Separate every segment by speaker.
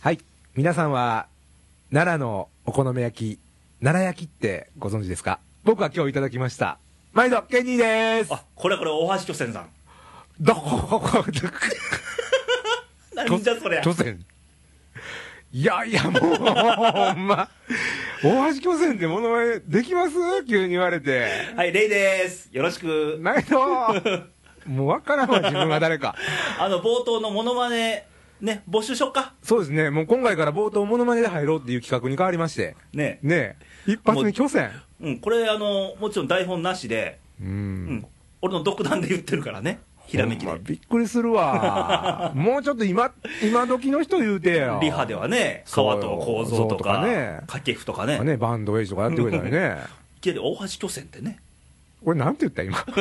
Speaker 1: はい皆さんは奈良のお好み焼き奈良焼きってご存知ですか僕は今日いただきました毎度ケニーです
Speaker 2: あこれこれ大橋巨泉さん
Speaker 1: ど こ
Speaker 2: なんじゃそりゃ
Speaker 1: 巨泉いやいやもうほんま大橋巨泉ってモノマネできます急に言われて
Speaker 2: はいレイですよろしく
Speaker 1: 毎度もうわからんわ自分が誰か
Speaker 2: あの冒頭のモノマネね募集しよっか
Speaker 1: そうですねもう今回から冒頭モノマネで入ろうっていう企画に変わりまして
Speaker 2: ね
Speaker 1: ねえ一発目巨泉
Speaker 2: うんこれあのもちろん台本なしで、
Speaker 1: う
Speaker 2: うん
Speaker 1: ん
Speaker 2: 俺の独断で言ってるからねひらめきで
Speaker 1: ほんまびっくりする わもうちょっと今今時の人言うてよ
Speaker 2: リハではね
Speaker 1: そう
Speaker 2: 川と構造
Speaker 1: 構造
Speaker 2: とか
Speaker 1: とかね
Speaker 2: 掛布とかね
Speaker 1: ねバンドエイジとかやってくれたら ね
Speaker 2: けど大橋巨泉ってね
Speaker 1: 俺なんて言った今
Speaker 2: 分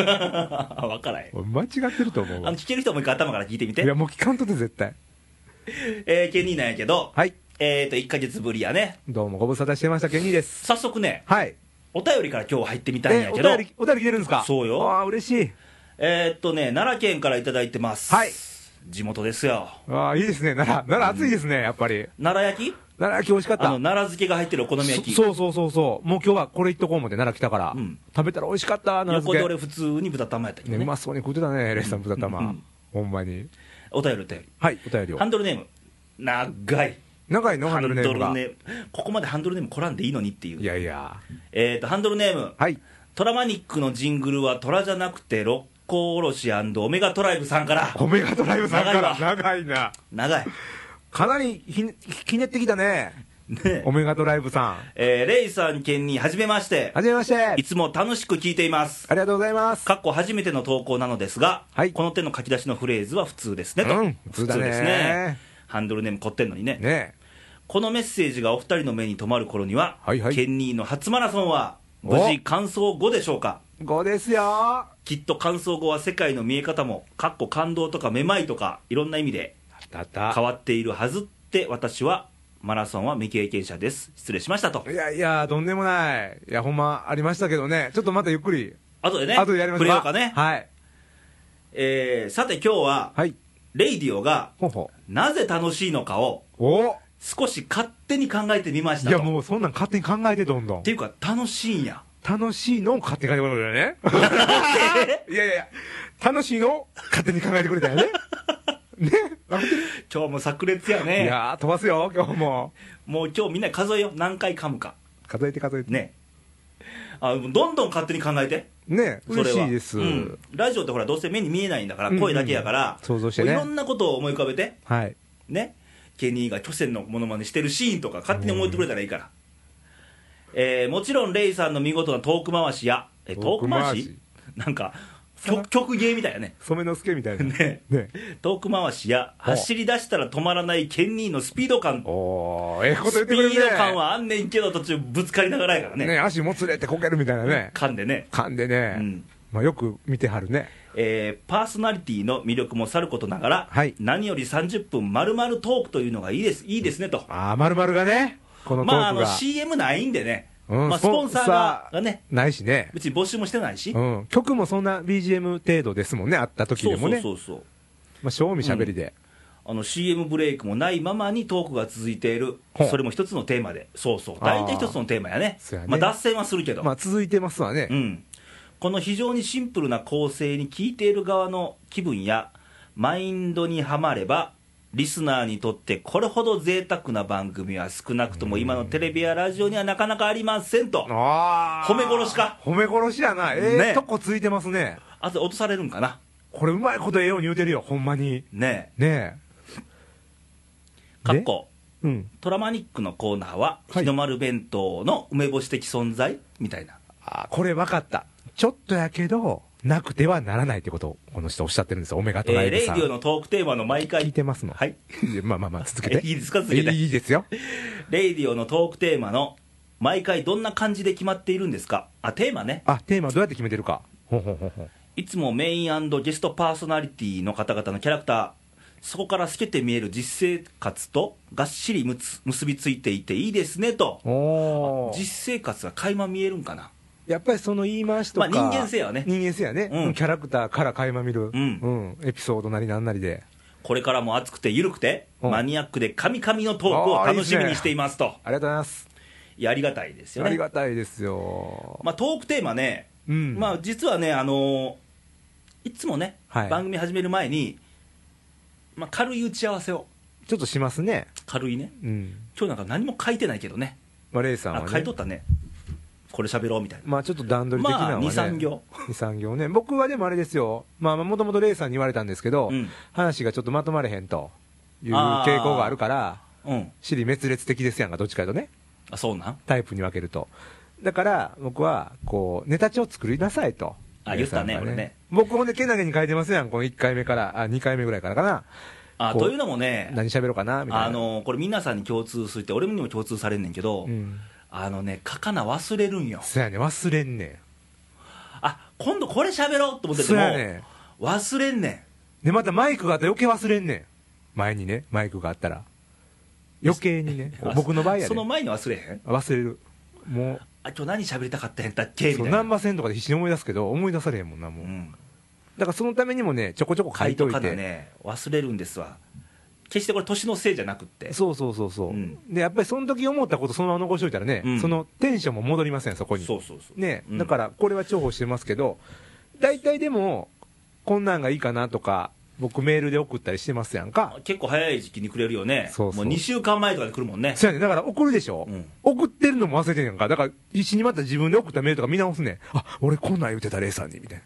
Speaker 2: からへん
Speaker 1: 俺間違ってると思う
Speaker 2: あの
Speaker 1: わ
Speaker 2: 聞ける人はもう一回頭から聞いてみ
Speaker 1: いや
Speaker 2: て
Speaker 1: もう聞かんとて絶対
Speaker 2: えー、ケニーなんやけど、
Speaker 1: はい
Speaker 2: えっ、ー、と1か月ぶりやね
Speaker 1: どうもご無沙汰してましたケニーです
Speaker 2: 早速ね
Speaker 1: はい
Speaker 2: お便りから今日入ってみたいん
Speaker 1: え
Speaker 2: や
Speaker 1: お
Speaker 2: けど
Speaker 1: 便りお便り来てるんですか
Speaker 2: そうよ
Speaker 1: ああ嬉しい
Speaker 2: えーっとね、奈良県からいただいてます。
Speaker 1: はい
Speaker 2: 地元ですよ。
Speaker 1: ああいいですね奈良奈良暑いですねやっぱり
Speaker 2: 奈良焼き
Speaker 1: 奈良焼き美味しかっ
Speaker 2: あ
Speaker 1: た
Speaker 2: の、奈良漬けが入ってるお好み焼き。
Speaker 1: そそうそうそうそうもう今日はこれいっとこう思って奈良来たから
Speaker 2: うん
Speaker 1: 食べたら美味しかった奈良
Speaker 2: 横取れ
Speaker 1: 漬
Speaker 2: 普通に豚玉やったけ
Speaker 1: け
Speaker 2: ど
Speaker 1: ね
Speaker 2: ね。
Speaker 1: うまそうに食ってたねレイさん豚
Speaker 2: うんう
Speaker 1: 玉
Speaker 2: ん
Speaker 1: ほんまに
Speaker 2: お便りって。
Speaker 1: はいお便りを
Speaker 2: ハンドルネーム。長い。
Speaker 1: 長いのハンドルネームが
Speaker 2: ハンドルネームここまでハンドルネーム来らんでいいのにっていう。
Speaker 1: いやいや
Speaker 2: えーっと、ハンドルネーム。
Speaker 1: はい
Speaker 2: トラマニックのジングルはトラじゃなくて、六甲おろしオメガトライブさんから。
Speaker 1: オメガドライブさんから
Speaker 2: 長
Speaker 1: 長いな
Speaker 2: 長い。
Speaker 1: かなりひねひねってきたね
Speaker 2: ね
Speaker 1: オメガドライブさん
Speaker 2: えー、レイさん、ケンにはじめまして
Speaker 1: は。じめましてあ
Speaker 2: いつも楽しく聞いています。
Speaker 1: りがとうございます
Speaker 2: かっこ初めての投稿なのですが、
Speaker 1: はい
Speaker 2: この手の書き出しのフレーズは普通ですねと、
Speaker 1: うん普通だね
Speaker 2: ですねハンドルネーム凝ってんのにね
Speaker 1: ね
Speaker 2: このメッセージがお二人の目に留まる頃には、
Speaker 1: はいはい
Speaker 2: ケンニーの初マラソンは無
Speaker 1: お
Speaker 2: 事完走後でしょうか
Speaker 1: え5ですよ
Speaker 2: きっと完走後は世界の見え方もかっこ感動とかめまいとかいろんな意味で
Speaker 1: た
Speaker 2: 変わっているはずって私はマラソンは未経験者です失礼しましたと
Speaker 1: いやいやとんでもないいやほんまありましたけどねちょっとまたゆっくり
Speaker 2: 後でね
Speaker 1: 後でやります
Speaker 2: 触れようかね、
Speaker 1: はい
Speaker 2: えーさて今日は、
Speaker 1: はい
Speaker 2: レイディオが
Speaker 1: ほうほ
Speaker 2: なぜ楽しいのかを
Speaker 1: うお
Speaker 2: 少し勝手に考えてみまし
Speaker 1: い
Speaker 2: たと
Speaker 1: やもうそんなん勝手に考えてどんどん
Speaker 2: っていうか楽しいんや
Speaker 1: 楽しいのを勝手に考えてくれたよ ねいやいや楽しいのを勝手に考えてくれたよねね分かってる
Speaker 2: 今日も炸裂や
Speaker 1: い
Speaker 2: ね
Speaker 1: やー飛ばすよ今日も
Speaker 2: もう今日みんな数えよう何回噛むか
Speaker 1: 数えて数えてね
Speaker 2: ねあどんどん勝手に考えてそれは
Speaker 1: 嬉しいです、
Speaker 2: うんラジオってほらどうせ目に見えないんだか
Speaker 1: うんう
Speaker 2: ら
Speaker 1: ん
Speaker 2: 声だけやから、
Speaker 1: 想像してね
Speaker 2: もういろんなことを思い浮かべて
Speaker 1: はい
Speaker 2: ねケニーが巨泉のモノマネしてるシーンとか勝手に思ってくれたらいいから、えーもちろんレイさんの見事なトーク回しやえトーク回し
Speaker 1: トーク
Speaker 2: なんか曲曲芸みたいなね
Speaker 1: 染之助みたいな
Speaker 2: ね
Speaker 1: ね
Speaker 2: トーク回しや
Speaker 1: ほう
Speaker 2: 走り出したら止まらないケンニーのスピード感
Speaker 1: おーええこと言っ
Speaker 2: スピ
Speaker 1: てくれるね
Speaker 2: ード感はあんねんけど途中ぶつかりながらやからね
Speaker 1: ね足もつれてこけるみたいなね
Speaker 2: 噛んでね、
Speaker 1: 噛んでね、
Speaker 2: うん
Speaker 1: まあ、よく見てはるね
Speaker 2: えーパーソナリティの魅力もさることながら、
Speaker 1: はい
Speaker 2: 何より30分まるまるトークというのがいいですいいですねと、
Speaker 1: ああ丸々がねこのトークが、
Speaker 2: まああの CM ないんでね、
Speaker 1: うん
Speaker 2: まあ、スポンサーが
Speaker 1: スポンサー
Speaker 2: ね
Speaker 1: ないしね、
Speaker 2: 別に募集もしてないし、
Speaker 1: うん、曲もそんな BGM 程度ですもんねあった時
Speaker 2: そ
Speaker 1: で
Speaker 2: う
Speaker 1: も
Speaker 2: そう
Speaker 1: ね
Speaker 2: そうそう
Speaker 1: まあ、正味しゃべりで、
Speaker 2: あの CM ブレイクもないままにトークが続いている
Speaker 1: ほう
Speaker 2: それも一つのテーマでそうそう
Speaker 1: あー
Speaker 2: 大体一つのテーマやね
Speaker 1: そうやね
Speaker 2: まあ、脱線はするけど、
Speaker 1: まあ、続いてますわね、
Speaker 2: うん、この非常にシンプルな構成に聞いている側の気分やマインドにはまればリスナーにとってこれほど贅沢な番組は少なくとも今のテレビやラジオにはなかなかありませんと
Speaker 1: ああ
Speaker 2: 褒め殺しか
Speaker 1: 褒め殺しやなええ
Speaker 2: ね
Speaker 1: とこついてますね
Speaker 2: あと落とされるんかな
Speaker 1: これうまいことええように言うてるよほんまに
Speaker 2: ね
Speaker 1: ね
Speaker 2: えかっこ
Speaker 1: えうん
Speaker 2: トラマニックのコーナーは
Speaker 1: はい
Speaker 2: 日の丸弁当の梅干し的存在みたいな
Speaker 1: あーこれ分かったちょっとやけどなくてはならないってことをこの人おっしゃってるんですよオメガ
Speaker 2: え
Speaker 1: ト
Speaker 2: ー
Speaker 1: ライブ
Speaker 2: レイデ
Speaker 1: さん、
Speaker 2: ィオのトークテーマの毎
Speaker 1: 聞い
Speaker 2: 回
Speaker 1: てますの
Speaker 2: はい
Speaker 1: まあまあまあ続けて
Speaker 2: えいいですか続けて
Speaker 1: いいですよ
Speaker 2: レイディオのトークテーマの毎回どんな感じで決まっているんですかあテーマね
Speaker 1: あテーマどうやって決めてるかほんほんほんほん
Speaker 2: いつもメインゲストパーソナリティの方々のキャラクター、そこから透けて見える実生活とがっしりむつ結びついていていいですねと、
Speaker 1: おー
Speaker 2: 実生活が垣間見えるんかな、
Speaker 1: やっぱりその言い回しとか、
Speaker 2: まあ人間性はね
Speaker 1: 人間性やね、
Speaker 2: うん
Speaker 1: キャラクターから垣間見る、
Speaker 2: うん
Speaker 1: エピソードなりなんなりで
Speaker 2: これからも熱くて緩くて、
Speaker 1: うん
Speaker 2: マニアックでカミカミのトークを楽しみにしていますと。
Speaker 1: ありがとうございます。
Speaker 2: いや、ありがたいですよ
Speaker 1: あり
Speaker 2: ね。
Speaker 1: がたいですよ。
Speaker 2: まあ、トークテーマね、
Speaker 1: うん。
Speaker 2: まあ、実はね、あのーいつもね、
Speaker 1: はい
Speaker 2: 番組始める前に、まあ、軽い打ち合わせを、
Speaker 1: ちょっとしますね。
Speaker 2: 軽いね、
Speaker 1: うん。
Speaker 2: 今日なんか何も書いてないけどね、
Speaker 1: まあ、レイさんは
Speaker 2: あ
Speaker 1: ね。
Speaker 2: 書いとったね、これ喋ろうみたいな、
Speaker 1: まあちょっと段取り的なのは、ね。
Speaker 2: まあ2 3行。
Speaker 1: 2、3行ね。僕はでもあれですよ。まあもともとレイさんに言われたんですけど、
Speaker 2: うん
Speaker 1: 話がちょっとまとまれへんという
Speaker 2: あー
Speaker 1: 傾向があるから、
Speaker 2: うん、
Speaker 1: 尻滅裂的ですやんか、どっちかというとね。
Speaker 2: あそうなん、
Speaker 1: タイプに分けると。だから、僕は、こう、ネタ帳作りなさいと。
Speaker 2: あ言ったね
Speaker 1: レイさんが
Speaker 2: 俺ね
Speaker 1: 僕ほんで、けなげに書いてますやん、この1回目から、あ、2回目ぐらいからかな。
Speaker 2: あ
Speaker 1: こう
Speaker 2: というのもね、
Speaker 1: 何喋ろうかな、みたいな。
Speaker 2: あ、のーこれ、皆さんに共通するって、俺にも共通されんねんけど、
Speaker 1: うん。
Speaker 2: あのね、書かな忘れるんよ、
Speaker 1: そやね、忘れんね
Speaker 2: あ今度これ喋ろうと
Speaker 1: ん。
Speaker 2: 思ってて
Speaker 1: そ
Speaker 2: も、
Speaker 1: やね
Speaker 2: 忘れんね
Speaker 1: ん。で、またマイクがあったら余計忘れんねん。前にね、マイクがあったら。余計にね
Speaker 2: ん、、
Speaker 1: 僕の場合や
Speaker 2: そ
Speaker 1: ね
Speaker 2: の前に忘れへん、
Speaker 1: 忘れる。も
Speaker 2: あ今日何喋りたかったんやったっ
Speaker 1: う、
Speaker 2: けみた
Speaker 1: そう
Speaker 2: い
Speaker 1: ナ
Speaker 2: な。
Speaker 1: ンバー戦とかで必死に思い出されへんもんな、もう。
Speaker 2: うん
Speaker 1: だからそのためにもね、ちょこちょこ書
Speaker 2: 書
Speaker 1: い
Speaker 2: い
Speaker 1: と
Speaker 2: と
Speaker 1: い
Speaker 2: か
Speaker 1: て。
Speaker 2: なね忘れるんですわ決してこれ年のせいじゃなくって
Speaker 1: そうそうそうそう、
Speaker 2: うん
Speaker 1: でやっぱりその時思ったことそのまま残しておいたらね、
Speaker 2: うん
Speaker 1: そのテンションも戻りませんそこに
Speaker 2: そうそうそう
Speaker 1: ね、
Speaker 2: うん
Speaker 1: だからこれは重宝してますけど大体でもこんなんがいいかなとか僕メールで送ったりしてますやんか
Speaker 2: 結構早い時期にくれるよね
Speaker 1: そうそう
Speaker 2: もう2週間前とかで来るもんね
Speaker 1: そうやねだから送るでしょ、
Speaker 2: うん
Speaker 1: 送ってるのも忘れてんやんかだから一緒にまた自分で送ったメールとか見直すねんあ俺こんなん言うてたレイさんにみたいな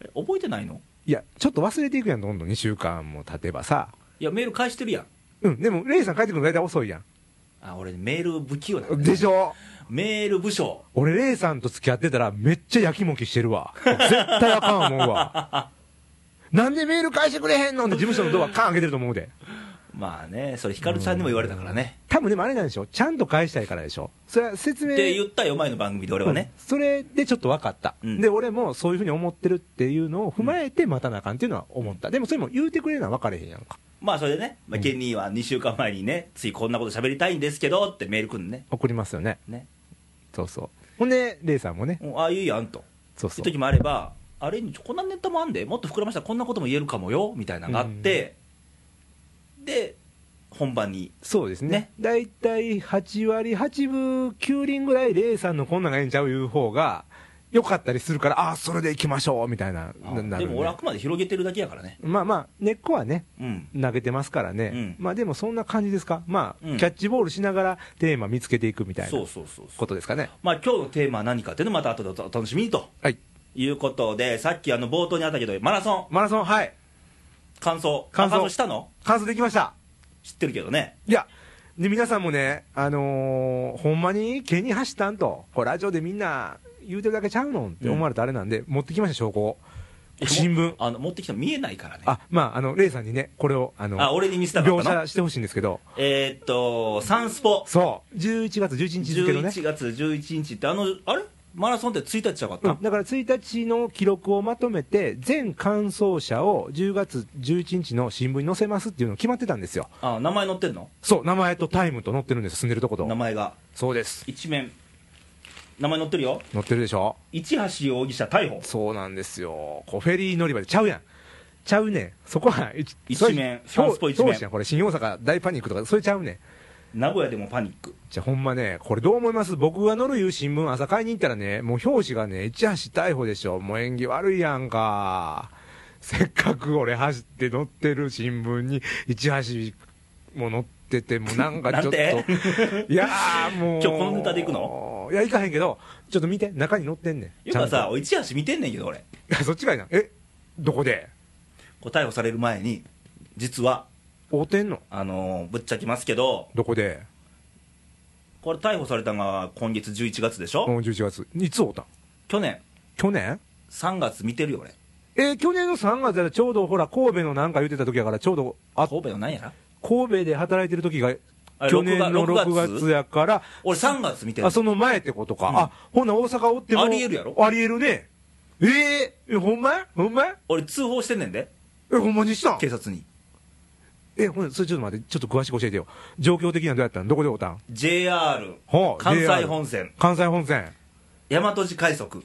Speaker 2: え覚えてないの
Speaker 1: いやちょっと忘れていくやんどんどん2週間も経てばさ
Speaker 2: いやメール返してるやん
Speaker 1: うんでもレイさん帰ってくるの大体遅いや
Speaker 2: あ俺メール不器用なんだ
Speaker 1: ん
Speaker 2: ね
Speaker 1: でしょ
Speaker 2: メール部署
Speaker 1: 俺、レイさんと付き合ってたら、めっちゃやきもきしてるわ。絶対あかん思うわ。なんでメール返してくれへんのって事務所のドアカーン開けてると思うで。
Speaker 2: まあねそれひかるちゃんにも言われたからね
Speaker 1: 多分でもあれなんでしょちゃんと返したいからでしょそれは説明。
Speaker 2: って言ったよ前の番組で俺はね
Speaker 1: うんそれでちょっと分かった、
Speaker 2: うん
Speaker 1: で、俺もそういうふうに思ってるっていうのを踏まえて待たなあかんっていうのは思った。でもそれも言うてくれるのは分かれへんやんか。
Speaker 2: まあそれでね、ま
Speaker 1: う
Speaker 2: あ、
Speaker 1: ん
Speaker 2: ケニーは2週間前にねついこんなこと喋りたいんですけどってメールくんね
Speaker 1: 送りますよね。
Speaker 2: ね
Speaker 1: そうそう。ほんで、レイさんもね。
Speaker 2: うんああいいやんと
Speaker 1: そう
Speaker 2: そ
Speaker 1: そう
Speaker 2: いう
Speaker 1: う。
Speaker 2: 時もあれば、あれ、こんなネタもあんで、もっと膨らましたらこんなことも言えるかもよみたいなのがあって、で、本番に、
Speaker 1: そうです
Speaker 2: ね
Speaker 1: ね。だいたい8割8分9輪ぐらい、レイさんのこんなんがええんちゃういう方が、良かったりするから、ああー、それで行きましょうみたいな、なな
Speaker 2: で
Speaker 1: るん
Speaker 2: も俺、あくまで広げてるだけやからね、
Speaker 1: まあまあ、根っこはね、
Speaker 2: うん、
Speaker 1: 投げてますからね。
Speaker 2: うん
Speaker 1: まあでも、そんな感じですか。まあ、
Speaker 2: うん
Speaker 1: キャッチボールしながらテーマ見つけていくみたい
Speaker 2: そ
Speaker 1: な
Speaker 2: うそうそうそう
Speaker 1: ことですかね。
Speaker 2: まあ今日のテーマは何かっていうのまた後でお楽しみにと
Speaker 1: はい。
Speaker 2: いうことで、さっきあの冒頭にあったけど、マラソン、
Speaker 1: マラソン、はい。
Speaker 2: 感想、
Speaker 1: 感想
Speaker 2: したの
Speaker 1: 完走できました。
Speaker 2: 知ってるけどね、
Speaker 1: いや、で皆さんもね、あのーほんまに毛に走ったんと、これラジオでみんな言うてるだけちゃうのって思われたらあれなんで、持ってきました、証拠を新聞。
Speaker 2: あの持ってきても見えないからね、あ
Speaker 1: あ、まあ、あの、レイさんにね、これを、あの、
Speaker 2: 俺に見せたか
Speaker 1: 描
Speaker 2: ったの、
Speaker 1: 写してほしいんですけど、
Speaker 2: えー、っと、サンスポ、
Speaker 1: そう、11月11日付のね、
Speaker 2: 11月11日って、あの、あれマラソンって1日じゃなかった、
Speaker 1: うん、だから1日の記録をまとめて、全完走者を10月11日の新聞に載せますっていうの決まってたんですよ。
Speaker 2: あ名前載ってんの
Speaker 1: そう、名前とタイムと載ってるんですよ、住んでるとこ
Speaker 2: 名
Speaker 1: と。
Speaker 2: 前が
Speaker 1: そうです。
Speaker 2: 一面名前載ってるよ
Speaker 1: 載ってるでしょ
Speaker 2: 市橋容疑者逮捕
Speaker 1: そうなんですよ。こうフェリー乗り場でちゃうやん。ちゃうねん。そこは、一
Speaker 2: 一面
Speaker 1: それ
Speaker 2: サンスポ一面
Speaker 1: そうじゃんこれ、新大阪大パニックとか、それちゃうねん。
Speaker 2: 名古屋でもパニック
Speaker 1: じゃあほんまね、これどう思います僕が乗るいう新聞朝買いに行ったらね、もう表紙がね、一橋逮捕でしょ。もう縁起悪いやんか。せっかく俺走って乗ってる新聞に、一橋も乗ってて、もうなんかちょっと。
Speaker 2: なん
Speaker 1: いやーもう。
Speaker 2: 今日このネタで行くの
Speaker 1: いや、行かへんけど、ちょっと見て、中に乗ってんねん。
Speaker 2: よくさ
Speaker 1: ち
Speaker 2: 市橋見てんねんけど俺
Speaker 1: ゃんといや、そっちがいいな。え、どこで
Speaker 2: こう逮捕される前に実は
Speaker 1: 会うてんの
Speaker 2: あのーぶっちゃけますけど
Speaker 1: どこで
Speaker 2: これ逮捕されたのが今月11月でしょ、
Speaker 1: うん、11月。いつ会うたん
Speaker 2: 去年
Speaker 1: 去年
Speaker 2: 3月見てるよ俺
Speaker 1: えー去年の3月だちょうどほら、神戸のなんか言ってた時やから、ちょうど、あ、
Speaker 2: 神戸の何やら
Speaker 1: 神戸で働いてる時が、
Speaker 2: あれ
Speaker 1: 去年の
Speaker 2: 6
Speaker 1: 6
Speaker 2: 月
Speaker 1: 月やから、
Speaker 2: 俺3月見てる
Speaker 1: あ、その前ってことか。
Speaker 2: うん
Speaker 1: あ、ほな大阪おっても。
Speaker 2: ありえるやろ
Speaker 1: ありえるね。えーえ、ほんまやほんまや
Speaker 2: 俺通報してんねんで
Speaker 1: え、ほんまにしたん
Speaker 2: 警察に
Speaker 1: え、ほんそれちょっと待って、ちょっと詳しく教えてよ。状況的にはどうやったんどこでおったん
Speaker 2: JR
Speaker 1: ほう
Speaker 2: 関西
Speaker 1: JR
Speaker 2: 本線
Speaker 1: 関西本線。
Speaker 2: 大和路快速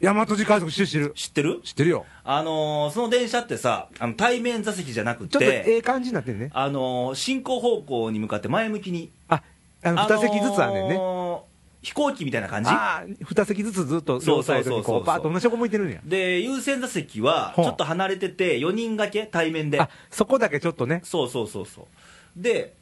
Speaker 1: 大和寺海賊知ってる
Speaker 2: 知ってる
Speaker 1: 知ってるよ
Speaker 2: あのーその電車ってさあの対面座席じゃなく
Speaker 1: ちょっとえ
Speaker 2: て
Speaker 1: え感じになってんね
Speaker 2: あのー進行方向に向かって前向きに
Speaker 1: ああの2席ずつあんねんね、
Speaker 2: のー飛行機みたいな感じ
Speaker 1: あー2席ずつずっと両サイドに
Speaker 2: そうそうそう
Speaker 1: こ
Speaker 2: そう
Speaker 1: うバーッと同じ横向いてるんや
Speaker 2: で優先座席はち
Speaker 1: ほう
Speaker 2: ょっと離れてて4人掛け対面で
Speaker 1: あそこだけちょっとね
Speaker 2: そうそうそうそうで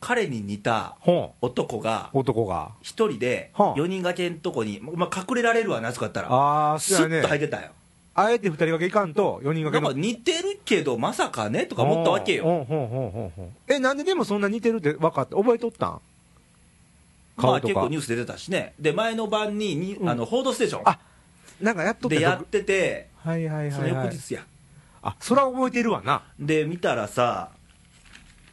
Speaker 2: 彼に似た
Speaker 1: ほ
Speaker 2: 男が
Speaker 1: う男が
Speaker 2: 一人で
Speaker 1: はあ
Speaker 2: 4人掛けのとこに、まあ、隠れられるわな暑かったら
Speaker 1: ああ
Speaker 2: ス
Speaker 1: そう
Speaker 2: ッ
Speaker 1: や
Speaker 2: と入っ
Speaker 1: ね
Speaker 2: てたよ
Speaker 1: あえて2人掛けいかんと4人
Speaker 2: なん
Speaker 1: 掛
Speaker 2: か
Speaker 1: けの
Speaker 2: 似てるけどまさかねとか思ったわけよ
Speaker 1: ほうほうほうほうほうえなんででもそんな似てるって分かって覚えとったん
Speaker 2: ま
Speaker 1: 顔
Speaker 2: あ
Speaker 1: と
Speaker 2: 結
Speaker 1: か、
Speaker 2: 構ニュース出てたしねで前の晩にに、
Speaker 1: うん
Speaker 2: あの報道ステーション
Speaker 1: あなんかやっとった
Speaker 2: で
Speaker 1: よ
Speaker 2: やってて
Speaker 1: はいはい
Speaker 2: そ
Speaker 1: は
Speaker 2: の
Speaker 1: い、は
Speaker 2: 翌
Speaker 1: い、
Speaker 2: 日や
Speaker 1: あそら覚えてるわな
Speaker 2: で見たらさ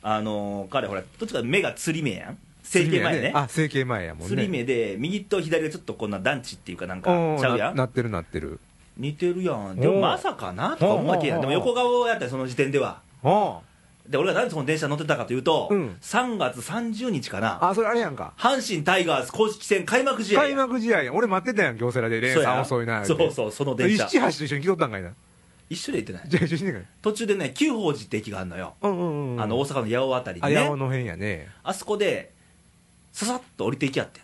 Speaker 2: あのー彼ほらどっちか目が釣り目やん整形前ね
Speaker 1: あ整形前やもんね
Speaker 2: 釣り目で右と左がちょっとこんな団地っていうかなんか
Speaker 1: うん
Speaker 2: ちゃうや
Speaker 1: なんなってるなってる
Speaker 2: 似てるやんで
Speaker 1: お
Speaker 2: も
Speaker 1: う
Speaker 2: まさかなとか思うわけやん
Speaker 1: おう
Speaker 2: で
Speaker 1: おうお
Speaker 2: も
Speaker 1: う
Speaker 2: 横顔やったよその時点では
Speaker 1: うん
Speaker 2: で俺がなんでその電車乗ってたかというと、
Speaker 1: うん
Speaker 2: 3月30日かな
Speaker 1: あそれあれやんか
Speaker 2: 阪神タイガース公式戦開幕試合や
Speaker 1: 開幕試合やん俺待ってたやん京セラでレーンさん遅いな
Speaker 2: そうや
Speaker 1: 言
Speaker 2: そう
Speaker 1: て
Speaker 2: そうその電車
Speaker 1: 一橋と一緒に来とったんかいな
Speaker 2: 一緒に行ってない
Speaker 1: じゃあ一緒にねんかい
Speaker 2: 途中でね久宝寺って駅があるのよ、
Speaker 1: うんうんうん
Speaker 2: あの大阪の八尾あたりに
Speaker 1: あ
Speaker 2: ね
Speaker 1: やおの辺やね
Speaker 2: あそこでささっと降りていきやって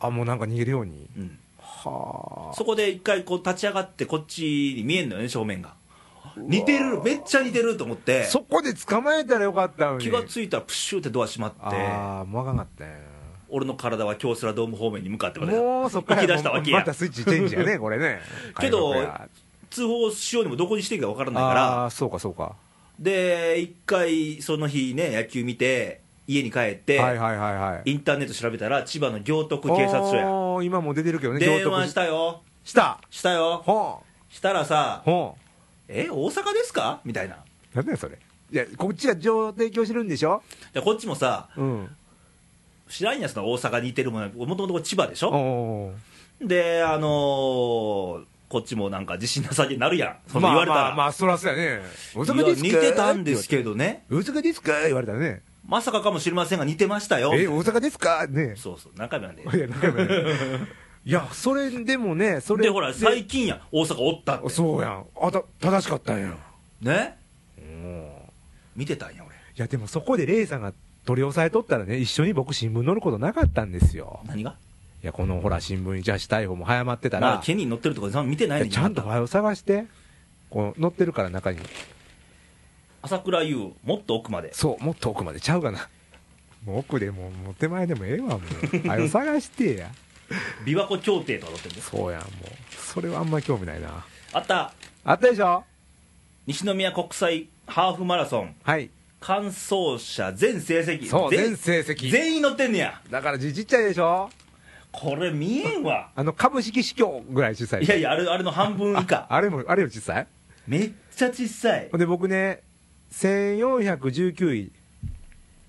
Speaker 1: あもうなんか逃げるように
Speaker 2: ん、うん、
Speaker 1: は
Speaker 2: そこで一回こう立ち上がってこっちに見えんのよね正面が似てるめっちゃ似てると思って
Speaker 1: あそこで捕まえたらよかったのに
Speaker 2: 気がついたらプシューってドア閉まって
Speaker 1: ああもうあかんかったんや
Speaker 2: 俺の体は京セラドーム方面に向かって私
Speaker 1: もうそっか
Speaker 2: 行き出したわ
Speaker 1: ら
Speaker 2: けや
Speaker 1: またスイッチチェンジやねこれね
Speaker 2: けど
Speaker 1: 開幕や
Speaker 2: 通報しようにもどこにしていいか分からないか
Speaker 1: あ
Speaker 2: ら
Speaker 1: あそうかそうか
Speaker 2: で一回その日ね野球見て家に帰って、
Speaker 1: はいはいはいはい
Speaker 2: インターネット調べたら千葉の行徳警察署や
Speaker 1: おー今もう出てるけどね
Speaker 2: 電
Speaker 1: 上
Speaker 2: 話
Speaker 1: 徳
Speaker 2: したよ
Speaker 1: した
Speaker 2: したよ
Speaker 1: ほう
Speaker 2: したらさ
Speaker 1: ほう
Speaker 2: 「え大阪ですか?」みたいな
Speaker 1: なんだよそれいやこっちが情報提供してるんでしょ
Speaker 2: でこっちもさ
Speaker 1: うん
Speaker 2: 知らんやつの大阪にいてるもんもともと千葉でし
Speaker 1: お
Speaker 2: ょ
Speaker 1: お
Speaker 2: であのーこっちもなんか自信なさげになるやんその言われた
Speaker 1: ま
Speaker 2: ら、
Speaker 1: あまあまあそらそうやね大阪
Speaker 2: いや
Speaker 1: です
Speaker 2: 似
Speaker 1: か
Speaker 2: てたんですけどね
Speaker 1: 大阪ですか言われたらね
Speaker 2: まさかかもしれませんが似てましたよ
Speaker 1: え大阪ですかね
Speaker 2: そうそう何回目なんで
Speaker 1: いやなんかねいやそれでもねそれ
Speaker 2: でほら最近やん大阪おったって
Speaker 1: そうやんあた正しかったんや
Speaker 2: ね
Speaker 1: うん
Speaker 2: 見てたんや俺
Speaker 1: いやでもそこでレイさんが取り押さえとったらね一緒に僕新聞載ることなかったんですよ
Speaker 2: 何が
Speaker 1: いやこのほら新聞にじゃあ逮捕も早まってた
Speaker 2: まあ
Speaker 1: ら、
Speaker 2: ケニー乗ってるとかそんな見てない
Speaker 1: い
Speaker 2: ね
Speaker 1: や
Speaker 2: ん
Speaker 1: ちゃんとおはよう探してこう載ってるから中に
Speaker 2: 朝倉優もっと奥まで
Speaker 1: そうもっと奥までちゃうかなもう奥でももう手前でもええわもうはよう探してや
Speaker 2: 琵琶湖協定とか乗ってるんです
Speaker 1: そうやんもうそれはあんま興味ないな
Speaker 2: あった
Speaker 1: あったでしょ
Speaker 2: 西宮国際ハーフマラソン
Speaker 1: はい
Speaker 2: 完走者全成績
Speaker 1: そう全成績
Speaker 2: 全員乗ってんねや
Speaker 1: だから字ちっちゃいでしょ
Speaker 2: これ見えん わ
Speaker 1: あの株式市況ぐらい小さい
Speaker 2: いやいやあれあれの半分 以下
Speaker 1: あれもあれより小さい
Speaker 2: めっちゃ小さい
Speaker 1: ほんで僕ね1419位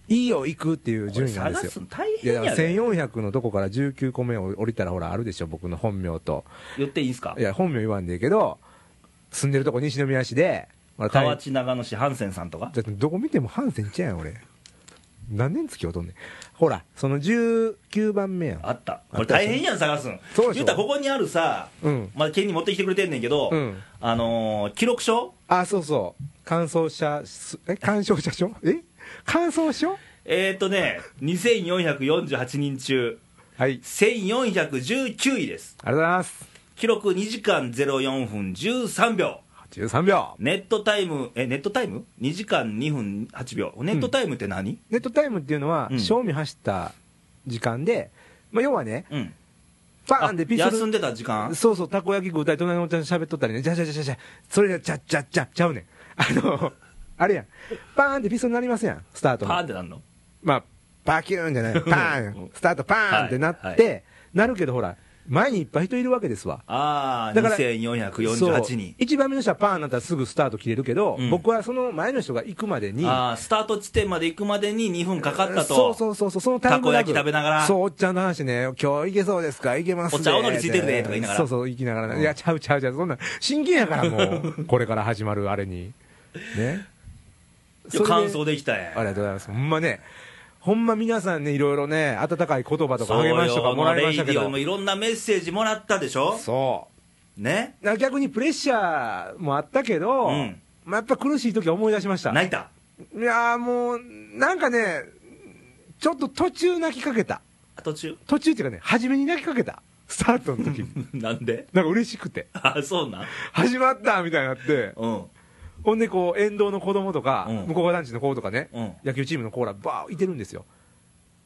Speaker 1: いいよ行くっていう順位なんです
Speaker 2: 探
Speaker 1: よ
Speaker 2: すの大
Speaker 1: いや
Speaker 2: 変
Speaker 1: だから
Speaker 2: やで
Speaker 1: 1400のとこから19個目を降りたらほらあるでしょ僕の本名と
Speaker 2: 寄っていいんすか
Speaker 1: いや本名言わんでいいけど住んでるとこ西宮市でほら
Speaker 2: 河内長野市ハンセンさんとか
Speaker 1: だってどこ見てもハンセンちゃうやん俺何年付き合うとんねんほらその19番目やん
Speaker 2: あったこれ大変やん探すん
Speaker 1: そうでしょ
Speaker 2: 言ったらここにあるさ、
Speaker 1: うん
Speaker 2: まあ、県に持ってきてくれてんねんけど、
Speaker 1: うん
Speaker 2: あのー記録書
Speaker 1: あそうそう乾燥者すえ乾燥者書え乾燥書
Speaker 2: えっ、ー、とね2448人中
Speaker 1: はい
Speaker 2: 1419位です
Speaker 1: ありがとうございます
Speaker 2: 記録2時間04分13秒
Speaker 1: 83秒
Speaker 2: ネットタイムえネットタイム2時間2分8秒ネットタイムって何
Speaker 1: ネットタイムっていうのは、
Speaker 2: うん
Speaker 1: 賞味走った時間で、まあ、要はね、
Speaker 2: うん、
Speaker 1: バ
Speaker 2: あ
Speaker 1: ーンでピストル
Speaker 2: 休んでた時間
Speaker 1: そうそう、たこ焼き食うたり、隣のおっちゃんと喋っとったりね、じゃじゃじゃじゃじゃ、それじゃちゃっちゃっちゃちゃうねん。あの、あれやん、パーンってピストルになりますやん、スタートの
Speaker 2: パーンってなんの
Speaker 1: まあ、パキューンじゃない、パーン、スタートパーンってなって、
Speaker 2: はい
Speaker 1: なるけど、ほら、前にいっぱい人いるわけですわ。
Speaker 2: ああ
Speaker 1: だから
Speaker 2: 2448人
Speaker 1: 1番目の人はパーンなったらすぐスタート切れるけど、
Speaker 2: うん
Speaker 1: 僕はその前の人が行くまでに、
Speaker 2: ああスタート地点まで行くまでに2分かかったと
Speaker 1: そうそうそうそうそのタイムラグ
Speaker 2: たこ焼き食べながら
Speaker 1: そうおっちゃんの話ね今日行けそうですか行けますね
Speaker 2: お茶青のりついてるでとか言いながら
Speaker 1: そうそう行きながらね、いやちゃうちゃうちゃうそんな真剣やからも うこれから始まるあれにね
Speaker 2: いや感想
Speaker 1: で
Speaker 2: できた
Speaker 1: あ
Speaker 2: や
Speaker 1: りがとうございますほんまねほんま皆さんね、いろいろね、温かい言葉とか励ましとかもらいましたけ
Speaker 2: そうよレイディオ
Speaker 1: ど
Speaker 2: も、いろんなメッセージもらったでしょ
Speaker 1: そ
Speaker 2: ね
Speaker 1: う、だから逆にプレッシャーもあったけど、
Speaker 2: うん
Speaker 1: まあ、やっぱ苦しい時は思い出しました、
Speaker 2: 泣いた
Speaker 1: いやーもう、なんかね、ちょっと途中泣きかけた、
Speaker 2: 途中
Speaker 1: 途中っていうかね、初めに泣きかけた、スタートの時に
Speaker 2: なんで
Speaker 1: なんか嬉しくて、
Speaker 2: あそうなん
Speaker 1: 始まったみたいになって、
Speaker 2: うん
Speaker 1: ほんでこう、沿道の子供とか、
Speaker 2: うん
Speaker 1: 向こう側団地の子とかね、
Speaker 2: うん
Speaker 1: 野球チームの子ら、ばーいてるんですよ。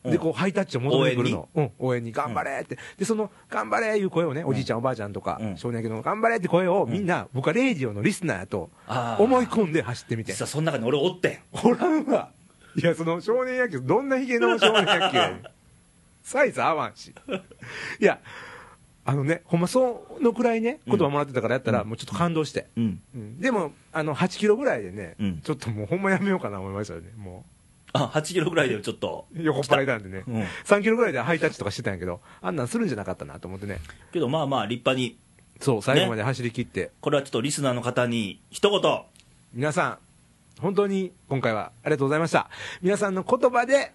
Speaker 2: う
Speaker 1: で
Speaker 2: ん
Speaker 1: こうハイタッチを戻ってくるの、うん、応援に頑張れって、でその頑張れいう声をね、おじいちゃん、おばあちゃんとか、
Speaker 2: うん
Speaker 1: 少年野球の頑張れって声を、みんな、僕はレイディオのリスナーやと
Speaker 2: あー
Speaker 1: 思い込んで走ってみて
Speaker 2: 実、はその中に俺おってん
Speaker 1: おらんわ、いや、その少年野球、どんなひげの少年野球やねんサイズ合わんし、いや、あのね、ほんま、そのくらいね、言葉もらってたからやったら、もうちょっと感動して、
Speaker 2: うん
Speaker 1: うんでも、あの8キロぐらいでね、
Speaker 2: うん
Speaker 1: ちょっともう、ほんまやめようかな思いましたよね、も
Speaker 2: あ8キロぐらいでちょっと
Speaker 1: う、横っ腹いたんでね。
Speaker 2: うん
Speaker 1: 3キロぐらいでハイタッチとかしてたんやけど、あんなんするんじゃなかったなと思ってね、
Speaker 2: けどまあまあ立派に
Speaker 1: そう、最後まで走り切って、
Speaker 2: これはちょっとリスナーの方に一言
Speaker 1: 皆さん、本当に今回はありがとうございました。皆さんの言葉で、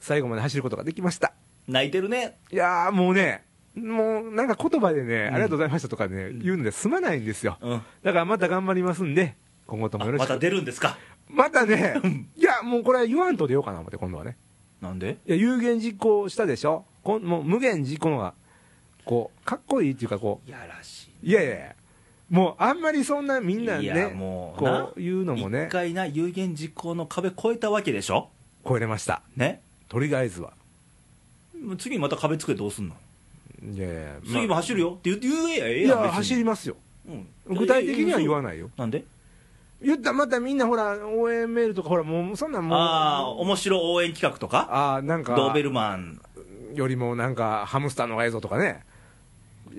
Speaker 1: 最後まで走ることができました。
Speaker 2: 泣いてるね
Speaker 1: いやー、もうね、もうなんか言葉でね、
Speaker 2: ん
Speaker 1: ありがとうございましたとかね、言うので済まないんですよ。
Speaker 2: うん
Speaker 1: だからまた頑張りますんで、今後とも
Speaker 2: あ
Speaker 1: よろし
Speaker 2: ま
Speaker 1: く。
Speaker 2: た出るんですか
Speaker 1: またね、いや、もうこれ言わんと出ようかな思って、今度はね。
Speaker 2: なんで
Speaker 1: いや、有言実行したでしょこんもう無言実行の方が、こう、かっこいいっていうか、こう、
Speaker 2: やらしい
Speaker 1: いやいやいやもうあんまりそんなみんないね
Speaker 2: やもうな
Speaker 1: こういうのもね
Speaker 2: 一回な有言実行の壁越えたわけでしょ
Speaker 1: 超えれました
Speaker 2: ね
Speaker 1: とりあえずは
Speaker 2: もう次また壁作ってどうすんの
Speaker 1: いやいや、まあ
Speaker 2: 次も走るよって言う言えやええ
Speaker 1: い
Speaker 2: やん
Speaker 1: や
Speaker 2: 別に
Speaker 1: 走りますよ
Speaker 2: うん
Speaker 1: 具体的には言わないよ
Speaker 2: なんで
Speaker 1: 言ったらまたみんなほら応援メールとかほらもうそんなんもう
Speaker 2: ああ面白応援企画とか
Speaker 1: あーなんか
Speaker 2: ドーベルマン
Speaker 1: よりもなんかハムスターの映像とかね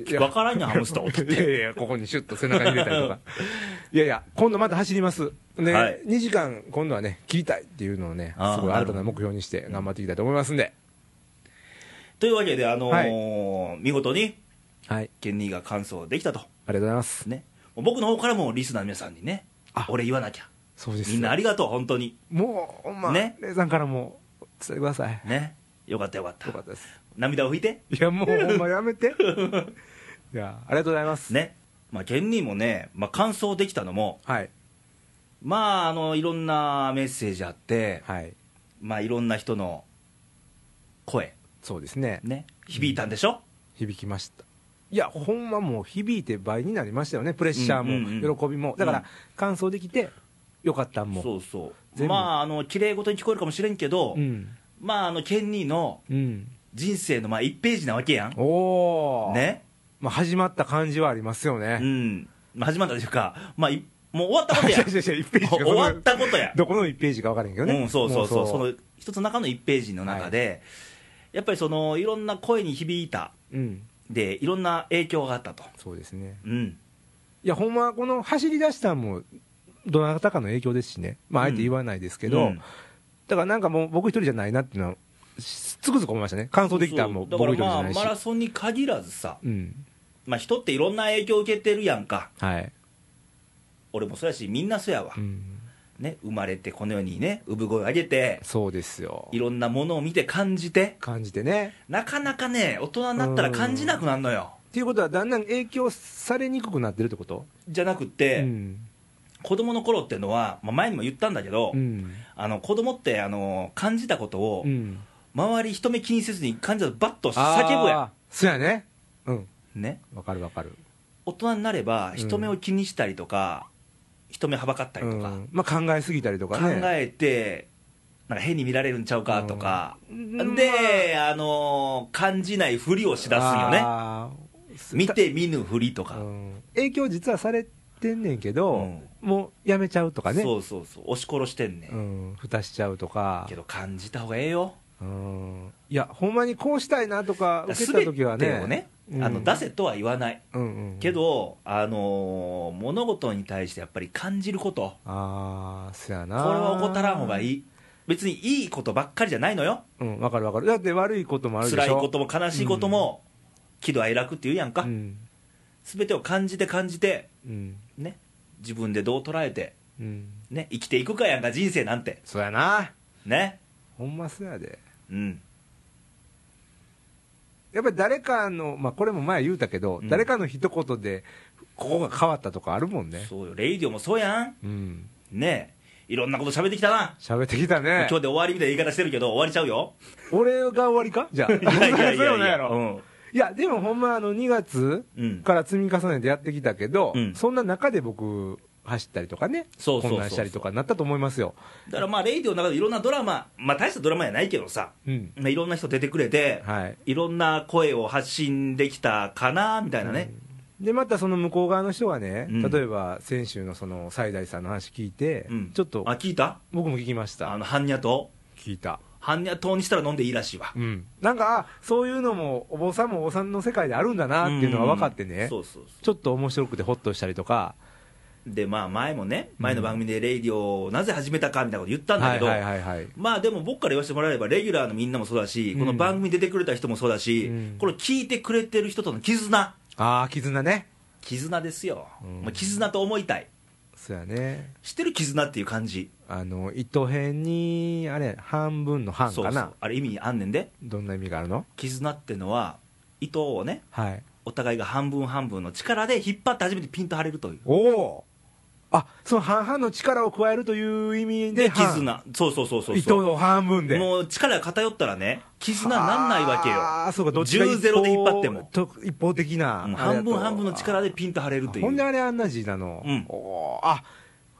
Speaker 1: いや
Speaker 2: わからんやんハムスターおって
Speaker 1: い やいやいやここにシュッと背中に入れたりと かいやいや今度また走りますね、
Speaker 2: はい
Speaker 1: 2時間今度はね切りたいっていうのをね
Speaker 2: あー
Speaker 1: すごい
Speaker 2: な
Speaker 1: 新
Speaker 2: るほ
Speaker 1: た
Speaker 2: ど
Speaker 1: な目標にして頑張っていきたいと思いますんで、
Speaker 2: というわけであのー見事に
Speaker 1: はい
Speaker 2: ケンニーが完走できたと
Speaker 1: ありがとうございます
Speaker 2: ねもう僕の方からもリスナーの皆さんにね
Speaker 1: あ
Speaker 2: 俺言わなきゃ
Speaker 1: そうですよ
Speaker 2: みんなありがとう本当に
Speaker 1: もう、ほんま、
Speaker 2: ね
Speaker 1: ね、レイさんからも伝えてください。
Speaker 2: ねよ かったよかっ
Speaker 1: よかったたです。
Speaker 2: 涙を拭いて
Speaker 1: いや、もうほんまやめて。 いや、ありがとうございます。
Speaker 2: ねまあケンニーもね、まあ、完走できたのも
Speaker 1: はい。
Speaker 2: まああのいろんなメッセージあって、
Speaker 1: はい。
Speaker 2: まあいろんな人の声
Speaker 1: そうですね。
Speaker 2: ね響いたんでしょ、
Speaker 1: 響きました。いや、ほんまもう響いて倍になりましたよね。プレッシャー
Speaker 2: うんうん
Speaker 1: も、
Speaker 2: うん
Speaker 1: 喜びも。だか
Speaker 2: うん
Speaker 1: ら、完走できて、よかったんも。
Speaker 2: そうそう
Speaker 1: 全部
Speaker 2: まああの綺麗事に聞こえるかもしれんけど、
Speaker 1: うん。
Speaker 2: まああのケンニーの
Speaker 1: うん。
Speaker 2: 人生のまあ1ページなわけやん
Speaker 1: おー。。
Speaker 2: ね
Speaker 1: まあ、始まった感じはありますよ
Speaker 2: う
Speaker 1: ね。
Speaker 2: んまあ始まったというかまあいもう終わったことや
Speaker 1: いやいやいや一ページが
Speaker 2: 終わったことや
Speaker 1: どこの1ページか分からへんけどね。
Speaker 2: うん、そうそうそ
Speaker 1: も
Speaker 2: う、その一つの中の1ページの中で、やっぱりそのいろんな声に響いた、
Speaker 1: うん。
Speaker 2: で、いろんな影響があったと、
Speaker 1: そうですね。
Speaker 2: うん、
Speaker 1: いや、ほんま、この走り出したんも、どなたかの影響ですしね、まあ、あえて言わないですけど、
Speaker 2: うん
Speaker 1: だからなんかもう、僕一人じゃないなっていうのは、しつくづく思いましたね、完走できたんも
Speaker 2: そう
Speaker 1: 僕一人じ
Speaker 2: だか
Speaker 1: ゃ
Speaker 2: らま
Speaker 1: な
Speaker 2: あ、
Speaker 1: いし、
Speaker 2: マラソンに限らずさ、
Speaker 1: うん、
Speaker 2: まあ、人っていろんな影響を受けてるやんか、
Speaker 1: はい、
Speaker 2: 俺もそうやし、みんなそうやわ、
Speaker 1: うん、
Speaker 2: ね、生まれてこの世にね、産声を上げて、
Speaker 1: そうですよ
Speaker 2: い、ろんなものを見て感じて、
Speaker 1: 感じてね。
Speaker 2: なかなかね、大人になったら感じなくなるのよ。
Speaker 1: っていうことは、だんだん影響されにくくなってるってこと、
Speaker 2: じゃなく
Speaker 1: う
Speaker 2: て、
Speaker 1: ん、
Speaker 2: 子供の頃っていうのは、まあ、前にも言ったんだけど、
Speaker 1: うん、
Speaker 2: あの子供ってあの感じたことを、
Speaker 1: うん、
Speaker 2: 周り人目気にせずに患者をバッと叫ぶや
Speaker 1: あー、そうやね、うん、
Speaker 2: んね
Speaker 1: わかるわかる、
Speaker 2: 大人になれば
Speaker 1: うん
Speaker 2: 人目を気にしたりとか、人目はばかったりとか、
Speaker 1: うんまあ、考えすぎたりとか
Speaker 2: 考
Speaker 1: ね、
Speaker 2: えてなんか変に見られるんちゃうかとか、
Speaker 1: うん
Speaker 2: で、あ、の感じないふりをしだすんよね
Speaker 1: ね
Speaker 2: 見て見ぬふりとか、
Speaker 1: うん影響実はされてんねんけど、
Speaker 2: うん
Speaker 1: もうやめちゃうとかね
Speaker 2: そうそうそう押し殺してんね、、
Speaker 1: うんん、蓋しちゃうとか
Speaker 2: けど感じた方がええよ
Speaker 1: うん、いやほんまにこうしたいなとか受けた
Speaker 2: 全
Speaker 1: 時
Speaker 2: てを
Speaker 1: はね
Speaker 2: ね
Speaker 1: うん
Speaker 2: あの出せとは言わない
Speaker 1: うんうん
Speaker 2: けど、あの物事に対してやっぱり感じること、
Speaker 1: ああそやな
Speaker 2: これは怠らん方がい
Speaker 1: い、
Speaker 2: い別にいいことばっかりじゃないのよ
Speaker 1: うん、わかるわかるだって悪いこともあるでしょ
Speaker 2: 辛いことも悲しいことも、喜怒哀楽っていうやんか、
Speaker 1: うん
Speaker 2: 全てを感じて感じて
Speaker 1: うん
Speaker 2: ね自分でどう捉えて
Speaker 1: うん
Speaker 2: ね生きていくかやんか人生なんて
Speaker 1: そうやな
Speaker 2: ね
Speaker 1: ほんまそうやで
Speaker 2: うん
Speaker 1: やっぱり誰かの、まあ、これも前言うたけど、
Speaker 2: うん
Speaker 1: 誰かの一言でここが変わったとかあるもんね
Speaker 2: そうよレイディオもそうやん
Speaker 1: うん
Speaker 2: ねえいろんなこと喋ってきたな、
Speaker 1: 喋ってきたね
Speaker 2: 今日で終わりみたいな言い方してるけど終わりちゃうよ
Speaker 1: 俺が終わりかじゃあ
Speaker 2: いやいや い
Speaker 1: そう
Speaker 2: や
Speaker 1: うのやろ
Speaker 2: うん
Speaker 1: いやでもほんまあの2月
Speaker 2: うん
Speaker 1: から積み重ねてやってきたけど、
Speaker 2: うん
Speaker 1: そんな中で僕走ったりとかね
Speaker 2: そうそうそうそう
Speaker 1: 混乱したりとかなったと思いますよ
Speaker 2: だからまあレイディオの中でいろんなドラマまあ大したドラマやないけどさ
Speaker 1: うん
Speaker 2: まあいろんな人出てくれて、
Speaker 1: はい
Speaker 2: いろんな声を発信できたかなみたいなね、
Speaker 1: でまたその向こう側の人がね、
Speaker 2: うん
Speaker 1: 例えば先週のその西大さんの話聞いて、
Speaker 2: うん
Speaker 1: ちょっと
Speaker 2: あ聞いた
Speaker 1: 僕も聞きまし
Speaker 2: あ
Speaker 1: た
Speaker 2: の般若糖
Speaker 1: 聞いた
Speaker 2: 般若糖にしたら飲んでいいらしいわ
Speaker 1: うんなんかあそういうのもお坊さんもお坊さんの世界であるんだなっていうのが分かってね、
Speaker 2: うんそうそうそ
Speaker 1: ちょっと面白くてホッとしたりとか
Speaker 2: うでまあ前もね前の番組でレイディオをなぜ始めたかみたいなこと言ったんだ
Speaker 1: は
Speaker 2: け
Speaker 1: い
Speaker 2: ど、
Speaker 1: はいはいはい
Speaker 2: まあでも僕から言わせてもらえればレギュラーのみんなもそうだし、
Speaker 1: うん
Speaker 2: この番組出てくれた人もそうだし、
Speaker 1: うん
Speaker 2: これ聞いてくれてる人との絆
Speaker 1: ああ絆ね
Speaker 2: 絆ですよ、
Speaker 1: うん
Speaker 2: まあ、絆と思いたい
Speaker 1: そうやね
Speaker 2: 知ってる絆っていう感じ
Speaker 1: あの糸編にあれ半分の半か
Speaker 2: そう
Speaker 1: な
Speaker 2: そうあれ意味あんねんで
Speaker 1: どんな意味があるの
Speaker 2: 絆ってのは糸をね
Speaker 1: はい
Speaker 2: お互いが半分半分の力で引っ張って初めてピンと張れるという
Speaker 1: おおあその半々の力を加えるという意味で
Speaker 2: で
Speaker 1: 半
Speaker 2: 絆そうそうそうそう
Speaker 1: 糸
Speaker 2: そう
Speaker 1: の半分で
Speaker 2: もう力が偏ったらね絆なんないわけよ
Speaker 1: ああそうかどっちか一方
Speaker 2: 10-0で引っ張っても
Speaker 1: と一方的な、
Speaker 2: う
Speaker 1: あれ
Speaker 2: ん
Speaker 1: だ
Speaker 2: 半
Speaker 1: と
Speaker 2: 分半分の力でピンと張れるとい
Speaker 1: ほんで
Speaker 2: う
Speaker 1: あれあんな字なの、
Speaker 2: うん
Speaker 1: おーあ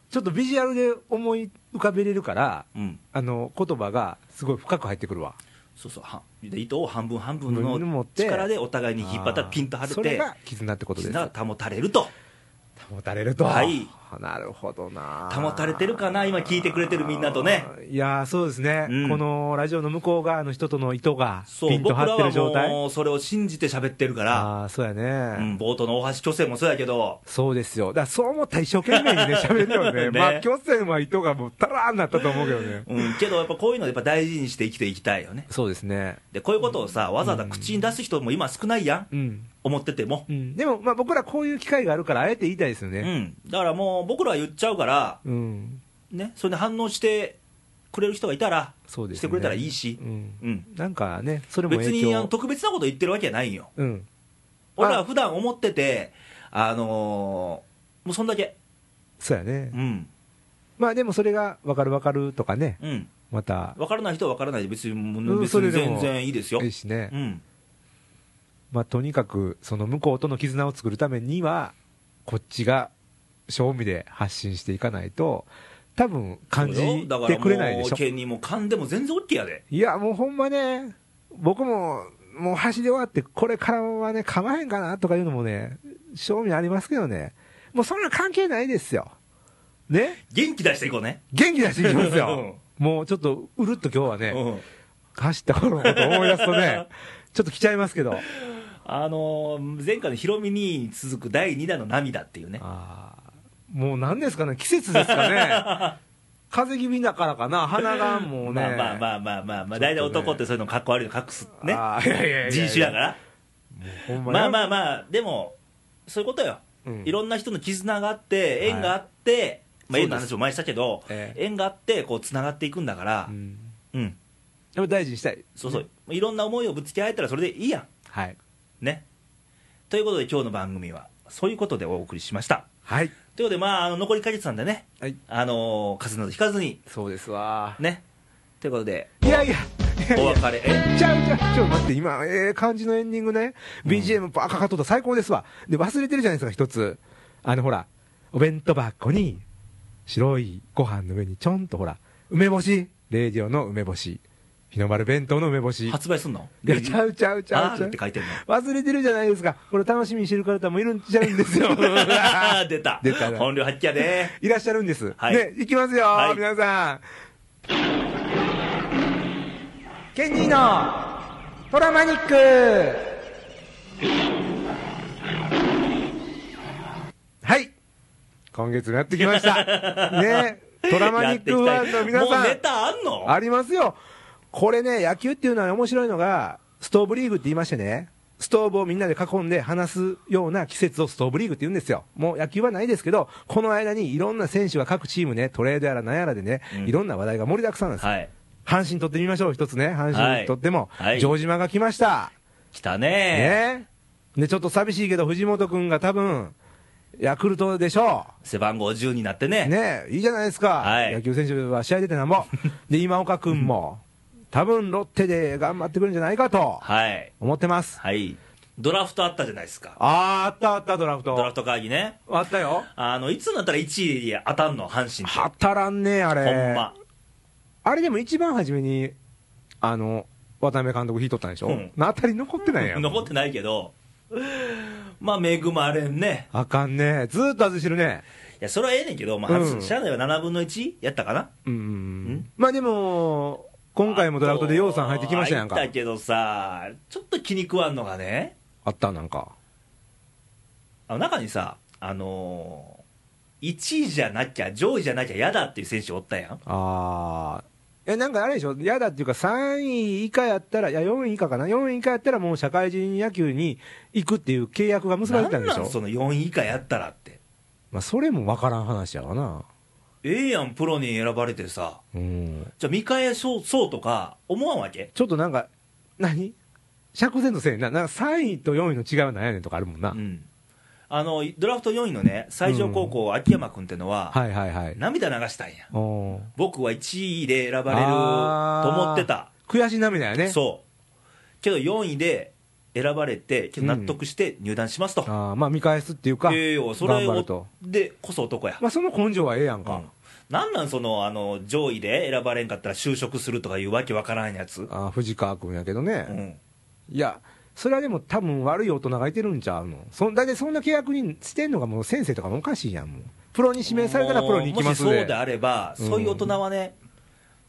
Speaker 1: ちょっとビジュアルで思い浮かべれるから
Speaker 2: うん
Speaker 1: あの言葉がすごい深く入ってくるわ
Speaker 2: そうそうはで糸を半分半分の
Speaker 1: 持って
Speaker 2: 力でお互いに引っ張ったらピンと張れ
Speaker 1: あーそれ
Speaker 2: て
Speaker 1: が絆ってことです
Speaker 2: 絆が保たれると
Speaker 1: 保たれると
Speaker 2: はい
Speaker 1: なるほどな
Speaker 2: 保たれてるかな今聞いてくれてるみんなとね
Speaker 1: いやーそうですね、
Speaker 2: うん
Speaker 1: このラジオの向こう側の人との糸が
Speaker 2: そ
Speaker 1: ピ
Speaker 2: う
Speaker 1: ンと
Speaker 2: 僕
Speaker 1: 張
Speaker 2: ら
Speaker 1: って
Speaker 2: は
Speaker 1: る状態
Speaker 2: もうそれを信じて喋ってるから、
Speaker 1: ああーそうやね、
Speaker 2: うん、冒頭の大橋巨星もそうやけど
Speaker 1: そうですよだからそう思ったら一生懸命 にね喋るよね
Speaker 2: ね
Speaker 1: まあ京戦は糸がもうタラーになったと思うけどね
Speaker 2: うん、けどやっぱこういうのやっぱ大事にして生きていきたいよね
Speaker 1: そうですね
Speaker 2: でこういうことをさわざわざ口に出す人も今少ないや
Speaker 1: う
Speaker 2: ん
Speaker 1: ん、
Speaker 2: 思ってても
Speaker 1: うん、でもまあ僕らこういう機会があるからあえて言いたいですよ
Speaker 2: う
Speaker 1: ね
Speaker 2: んだからもう僕らは言っちゃうから
Speaker 1: うん、
Speaker 2: ねそれで反応してくれる人がいたら
Speaker 1: そうですね
Speaker 2: してくれたらいいし
Speaker 1: うん
Speaker 2: うん
Speaker 1: なんかねそれも
Speaker 2: 別
Speaker 1: 影
Speaker 2: にあの
Speaker 1: 響
Speaker 2: 特別なこと言ってるわけじゃないんよ
Speaker 1: うん
Speaker 2: 俺らは普段思っててあのーもうそんだけ
Speaker 1: そうやね
Speaker 2: うん
Speaker 1: まあでもそれが分かる分かるとかね
Speaker 2: うん
Speaker 1: また
Speaker 2: 分からない人は分からないで別にも
Speaker 1: う
Speaker 2: うん別
Speaker 1: そ
Speaker 2: に
Speaker 1: れでも
Speaker 2: 全然いいですよ
Speaker 1: いいしね、
Speaker 2: うん
Speaker 1: まあ、とにかくその向こうとの絆を作るためにはこっちが正味で発信していかないと多分感じ
Speaker 2: そうよだから
Speaker 1: てくれないでしょ
Speaker 2: もう県にも勘でも全然 OK やで
Speaker 1: いやもうほんまね僕ももう走り終わってこれからはね構まへんかなとかいうのもね正味ありますけどねもうそんな関係ないですよね
Speaker 2: 元気出していこうね
Speaker 1: 元気出していきますよもうちょっとうるっと今日はね、
Speaker 2: うん
Speaker 1: 走った頃のことを思い出すと ねちょっと来ちゃいますけど
Speaker 2: あのー前回のヒロミ兄に続く第2弾の涙っていうね、
Speaker 1: あーもう何ですかね、季節ですか ね、風邪気味だからかな、鼻がもうね、
Speaker 2: まあまあまあまあまあ、まあ、大体男ってそういうのかっこ悪いの隠すね、
Speaker 1: あーいやいやいやいや
Speaker 2: 人種だから、
Speaker 1: ほんま
Speaker 2: まあ
Speaker 1: あ、
Speaker 2: まあまあ、でも、そういうことよ、
Speaker 1: うん
Speaker 2: いろんな人の絆があって、縁があって、ま
Speaker 1: そうです
Speaker 2: あ、縁の話も前にしたけど、
Speaker 1: ええ
Speaker 2: 縁があって、こうつながっていくんだから、
Speaker 1: う
Speaker 2: うん、
Speaker 1: んでも大事にしたい、
Speaker 2: そうそう、いろんな思いをぶつけ合えたらそれでいいや
Speaker 1: はい、
Speaker 2: ん、ね。ということで、今日の番組は、そういうことでお送りしました。
Speaker 1: はい、
Speaker 2: ということで、まあ、あの残り1ヶ月なんでね、
Speaker 1: はい、
Speaker 2: あのー風邪などひかずに、
Speaker 1: そうですわ、
Speaker 2: ね。ということで、
Speaker 1: いやいや、
Speaker 2: お別れ、え
Speaker 1: ちゃうちゃう、ちょっと待って、今、ええ感じのエンディングね、BGM ばっかかっとった最高ですわ、で、忘れてるじゃないですか、一つ、あのほら、お弁当箱に、白いご飯の上にちょんとほら、梅干し、レイディオの梅干し、日の丸弁当の梅干し。
Speaker 2: 発売すんの
Speaker 1: いや、ちゃうちゃうちゃうちゃ
Speaker 2: R っ
Speaker 1: う
Speaker 2: て。書いてん の。
Speaker 1: 忘れてるじゃないですか。これ楽しみにしてる方もいるんちゃうんですよ
Speaker 2: 出 た
Speaker 1: 出たな
Speaker 2: 本領発揮やで
Speaker 1: いらっしゃるんです。
Speaker 2: はい
Speaker 1: ね、いきますよ、
Speaker 2: はい
Speaker 1: 皆さん。ケニーのトラマニックはい。今月もやってきました。ね、トラマニックファンの皆
Speaker 2: も
Speaker 1: さ。
Speaker 2: うんネタあんの
Speaker 1: ありますよ。これね、野球っていうのは面白いのが、ストーブリーグって言いましてね、ストーブをみんなで囲んで話すような季節をストーブリーグって言うんですよ。もう野球はないですけど、この間にいろんな選手が各チームね、トレードやらなんやらでね、
Speaker 2: うん
Speaker 1: いろんな話題が盛りだくさんなんですよ。
Speaker 2: はい
Speaker 1: 阪神取ってみましょう、一つね。阪神取っても、
Speaker 2: はい
Speaker 1: 城島が来ました。
Speaker 2: 来たね
Speaker 1: ねで、ちょっと寂しいけど、藤本君が多分、ヤクルトでしょ
Speaker 2: 背番号10になって
Speaker 1: う。
Speaker 2: ね
Speaker 1: ねいいじゃないですか。
Speaker 2: はい
Speaker 1: 野球選手は試合出てなんぼ。で、今岡君も、多分ロッテで頑張ってくるんじゃないかと、
Speaker 2: はい
Speaker 1: 思ってます。
Speaker 2: はいドラフトあったじゃないですか
Speaker 1: あー、あったあった、ドラフト。
Speaker 2: ドラフト会議ね
Speaker 1: あったよ。
Speaker 2: あのいつになったら1位に当たんの阪神っ
Speaker 1: 当たらんねあ
Speaker 2: て
Speaker 1: れ。
Speaker 2: ほんま
Speaker 1: あれでも一番初めに、あの、渡辺監督引いとったんでしょ、
Speaker 2: うん
Speaker 1: な当たり残ってないやん。
Speaker 2: 残ってないけどまあ恵まれんね
Speaker 1: あかんねずーっと外してるね。
Speaker 2: いやそれはええねんけど、ま
Speaker 1: うん
Speaker 2: あ、社内は7分の1やったかな
Speaker 1: うん。まあでも、今回もドラフトで洋さん入ってきましたやんか。
Speaker 2: 入ったけどさちょっと気に食わんのがね
Speaker 1: あったなんか。
Speaker 2: あの中にさあのー、1位じゃなきゃ上位じゃなきゃ嫌だっていう選手おったやん
Speaker 1: あー。え、なんかあれでしょ嫌だっていうか3位以下やったら、いや4位以下かな ?4 位以下やったらもう社会人野球に行くっていう契約が結ばれてたんでし
Speaker 2: な
Speaker 1: ょ
Speaker 2: んその4位以下やったらって
Speaker 1: まあそれもわからん話やわな。
Speaker 2: ええやんプロに選ばれてさ
Speaker 1: うん。
Speaker 2: じゃあ見返そうそうとか思わんわけ
Speaker 1: ちょっとなんか、何釈然とせえへんな。なんか3位と4位の違いは何やねんとかあるもんな。
Speaker 2: うんあのドラフト4位のね西条高校秋山君ってのは、
Speaker 1: はいはいはい。
Speaker 2: 涙流したんや
Speaker 1: おー
Speaker 2: 僕は1位で選ばれる
Speaker 1: あー
Speaker 2: と思ってた
Speaker 1: 悔し涙やね。
Speaker 2: そう。けど4位で選ばれて、けど納得して入団しますと。
Speaker 1: あーまあ見返すっていうか、
Speaker 2: ええよ、そ
Speaker 1: 頑
Speaker 2: れ
Speaker 1: 張る
Speaker 2: を
Speaker 1: と。
Speaker 2: でこそ男や。
Speaker 1: まあその根性はええやん
Speaker 2: う
Speaker 1: か
Speaker 2: ん。なんなんそのあの上位で選ばれんかったら就職するとかいうわけわからんやつ、
Speaker 1: あー藤川君やけど
Speaker 2: う
Speaker 1: ね。
Speaker 2: ん、
Speaker 1: いや、それはでも多分悪い大人がいてるんちゃうの。そん大体そんな契約にしてんのがもう先生とかもおかしいやん、もう。プロに指名されたらプロに行きます
Speaker 2: もし
Speaker 1: で。
Speaker 2: そうであれば、そういう大人はね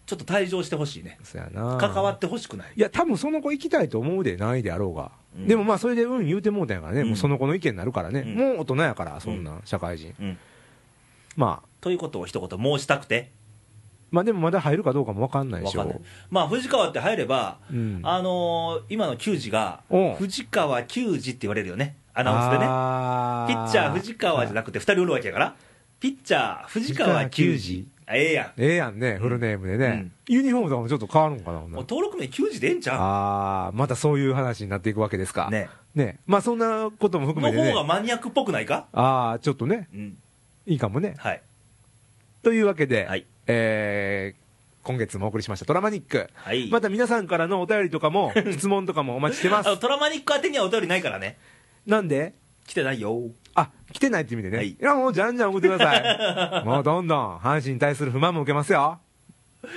Speaker 2: ちょっと退場してほしいね
Speaker 1: そうやな。
Speaker 2: 関わってほしくない
Speaker 1: いや、多分その子行きたいと思うでないであろうが、
Speaker 2: うん
Speaker 1: でもまあ、それでうん言うてもうたんやからね、
Speaker 2: うん
Speaker 1: もうその子の意見になるからね、
Speaker 2: うん
Speaker 1: もう大人やから、そんな、社会人、
Speaker 2: うん、
Speaker 1: まあ、
Speaker 2: ということを一言申したくて
Speaker 1: まあでもまだ入るかどうかも分かんないで
Speaker 2: わ
Speaker 1: しょ、
Speaker 2: かんないまあ藤川って入れば、
Speaker 1: うん
Speaker 2: あのー今の球児が
Speaker 1: うん
Speaker 2: 藤川球児って言われるよねア
Speaker 1: ア
Speaker 2: ナウンスでね
Speaker 1: ね
Speaker 2: ピッチャー、藤川じゃなくて、2人おるわけやから、ピッチャー、藤川球児、あええや
Speaker 1: ええやんね、フルネームでね、ユニフォームとかもちょっと変わるのかな、ほん
Speaker 2: ん、
Speaker 1: な
Speaker 2: もう
Speaker 1: ら
Speaker 2: 登録名球児でええんちゃ
Speaker 1: あー、またそういう話になっていくわけですか、
Speaker 2: うね、
Speaker 1: ねまあそんなことも含め
Speaker 2: の
Speaker 1: て
Speaker 2: 方が
Speaker 1: ね、
Speaker 2: マニアックっぽくないか、
Speaker 1: あー、ちょっとね、
Speaker 2: うん、
Speaker 1: いいかもね。
Speaker 2: はい、
Speaker 1: というわけで、
Speaker 2: はい
Speaker 1: えー今月もお送りしました、トラマニック。
Speaker 2: はい、
Speaker 1: また皆さんからのお便りとか も、質問とかもお待ちしてま
Speaker 2: あの
Speaker 1: す。
Speaker 2: トラマニック宛てにはお便りないからね、
Speaker 1: なんで、
Speaker 2: 来てないよ、
Speaker 1: あ、来てないって意味でね。
Speaker 2: はいい、
Speaker 1: や、もうじゃんじゃん送ってください。 もうどんどん、阪神に対する不満も受けますよ。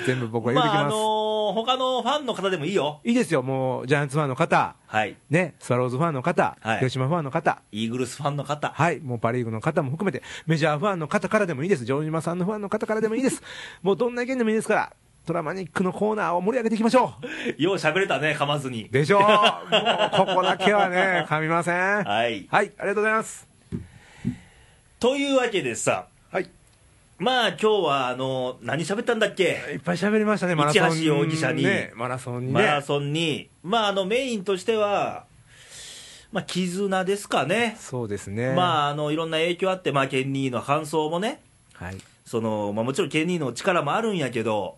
Speaker 1: 全部僕は言うてき
Speaker 2: まあ、
Speaker 1: ます。
Speaker 2: あのー他のファンの方でもいいよ、
Speaker 1: いいですよ、もう、ジャイアンツファンの方、
Speaker 2: はい、
Speaker 1: ね、スワローズファンの方、
Speaker 2: はい
Speaker 1: 広島ファンの方、
Speaker 2: イーグルスファンの方、
Speaker 1: はい、もうパ・リーグの方も含めて、メジャーファンの方からでもいいです、城島さんのファンの方からでもいいです、 もうどんな意見でもいいですから、トラマニックのコーナーを盛り上げていきましょ
Speaker 2: よう喋れたね、噛まずに
Speaker 1: う。。でしょう、もうここだけはね、噛みません。はい、
Speaker 2: はい、
Speaker 1: ありがとうございます。
Speaker 2: というわけでさ、
Speaker 1: はい、
Speaker 2: まあ今日はあのー何喋ったんだっけ、
Speaker 1: いっぱい喋りましたね、マラソン。
Speaker 2: 市橋容疑者に
Speaker 1: ね、マラソンに
Speaker 2: マラ
Speaker 1: ね。
Speaker 2: ソンに、まあ、あのメインとしては、まあ、絆ですかね、
Speaker 1: そうですね。
Speaker 2: まあ、あのいろんな影響あって、まあ、ケンニーの搬送もね、
Speaker 1: はい。
Speaker 2: そのまあ、もちろんケンニーの力もあるんやけど、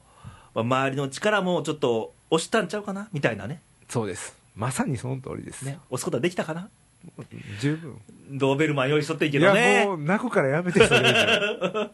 Speaker 2: まあ、周りの力もちょっと押したんちゃうかなみたいなね、
Speaker 1: そうです。まさにその通りです。
Speaker 2: ね押すことはできたかな、
Speaker 1: 十分。
Speaker 2: ドーベルマン用意しとっていいけ
Speaker 1: い
Speaker 2: ど
Speaker 1: や、
Speaker 2: ね
Speaker 1: も。う泣くからやめてそれ以 上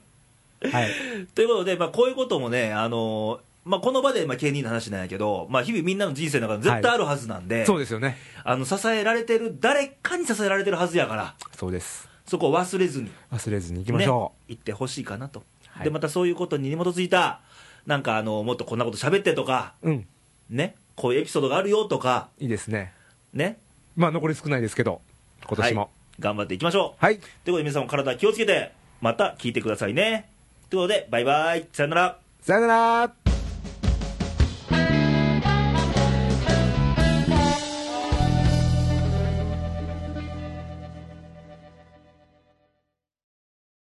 Speaker 1: はい。
Speaker 2: ということで、まあ、こういうこともね、あのまあ、この場で、まあ、ケンニーの話なんやけど、まあ、日々みんなの人生の中で絶対あるはずなんで、
Speaker 1: そうですよね。
Speaker 2: あの支えられてる、誰かに支えられてるはずやから。
Speaker 1: そうです。
Speaker 2: そこを忘れずに
Speaker 1: 忘れずに行きましょ
Speaker 2: ね、行ってほしいかなと、
Speaker 1: はい
Speaker 2: でまたそういうことに基づいたなんかあのもっとこんなこと喋ってとか
Speaker 1: う。うん。
Speaker 2: ねこういうエピソードがあるよとか
Speaker 1: いいですね。
Speaker 2: ね
Speaker 1: まあ残り少ないですけど、今年
Speaker 2: はい
Speaker 1: も。
Speaker 2: 頑張っていきましょう、
Speaker 1: はい。
Speaker 2: ということで皆さんも体気をつけてまた聞いてくださいねということでバイバイさよなら
Speaker 1: さよなら。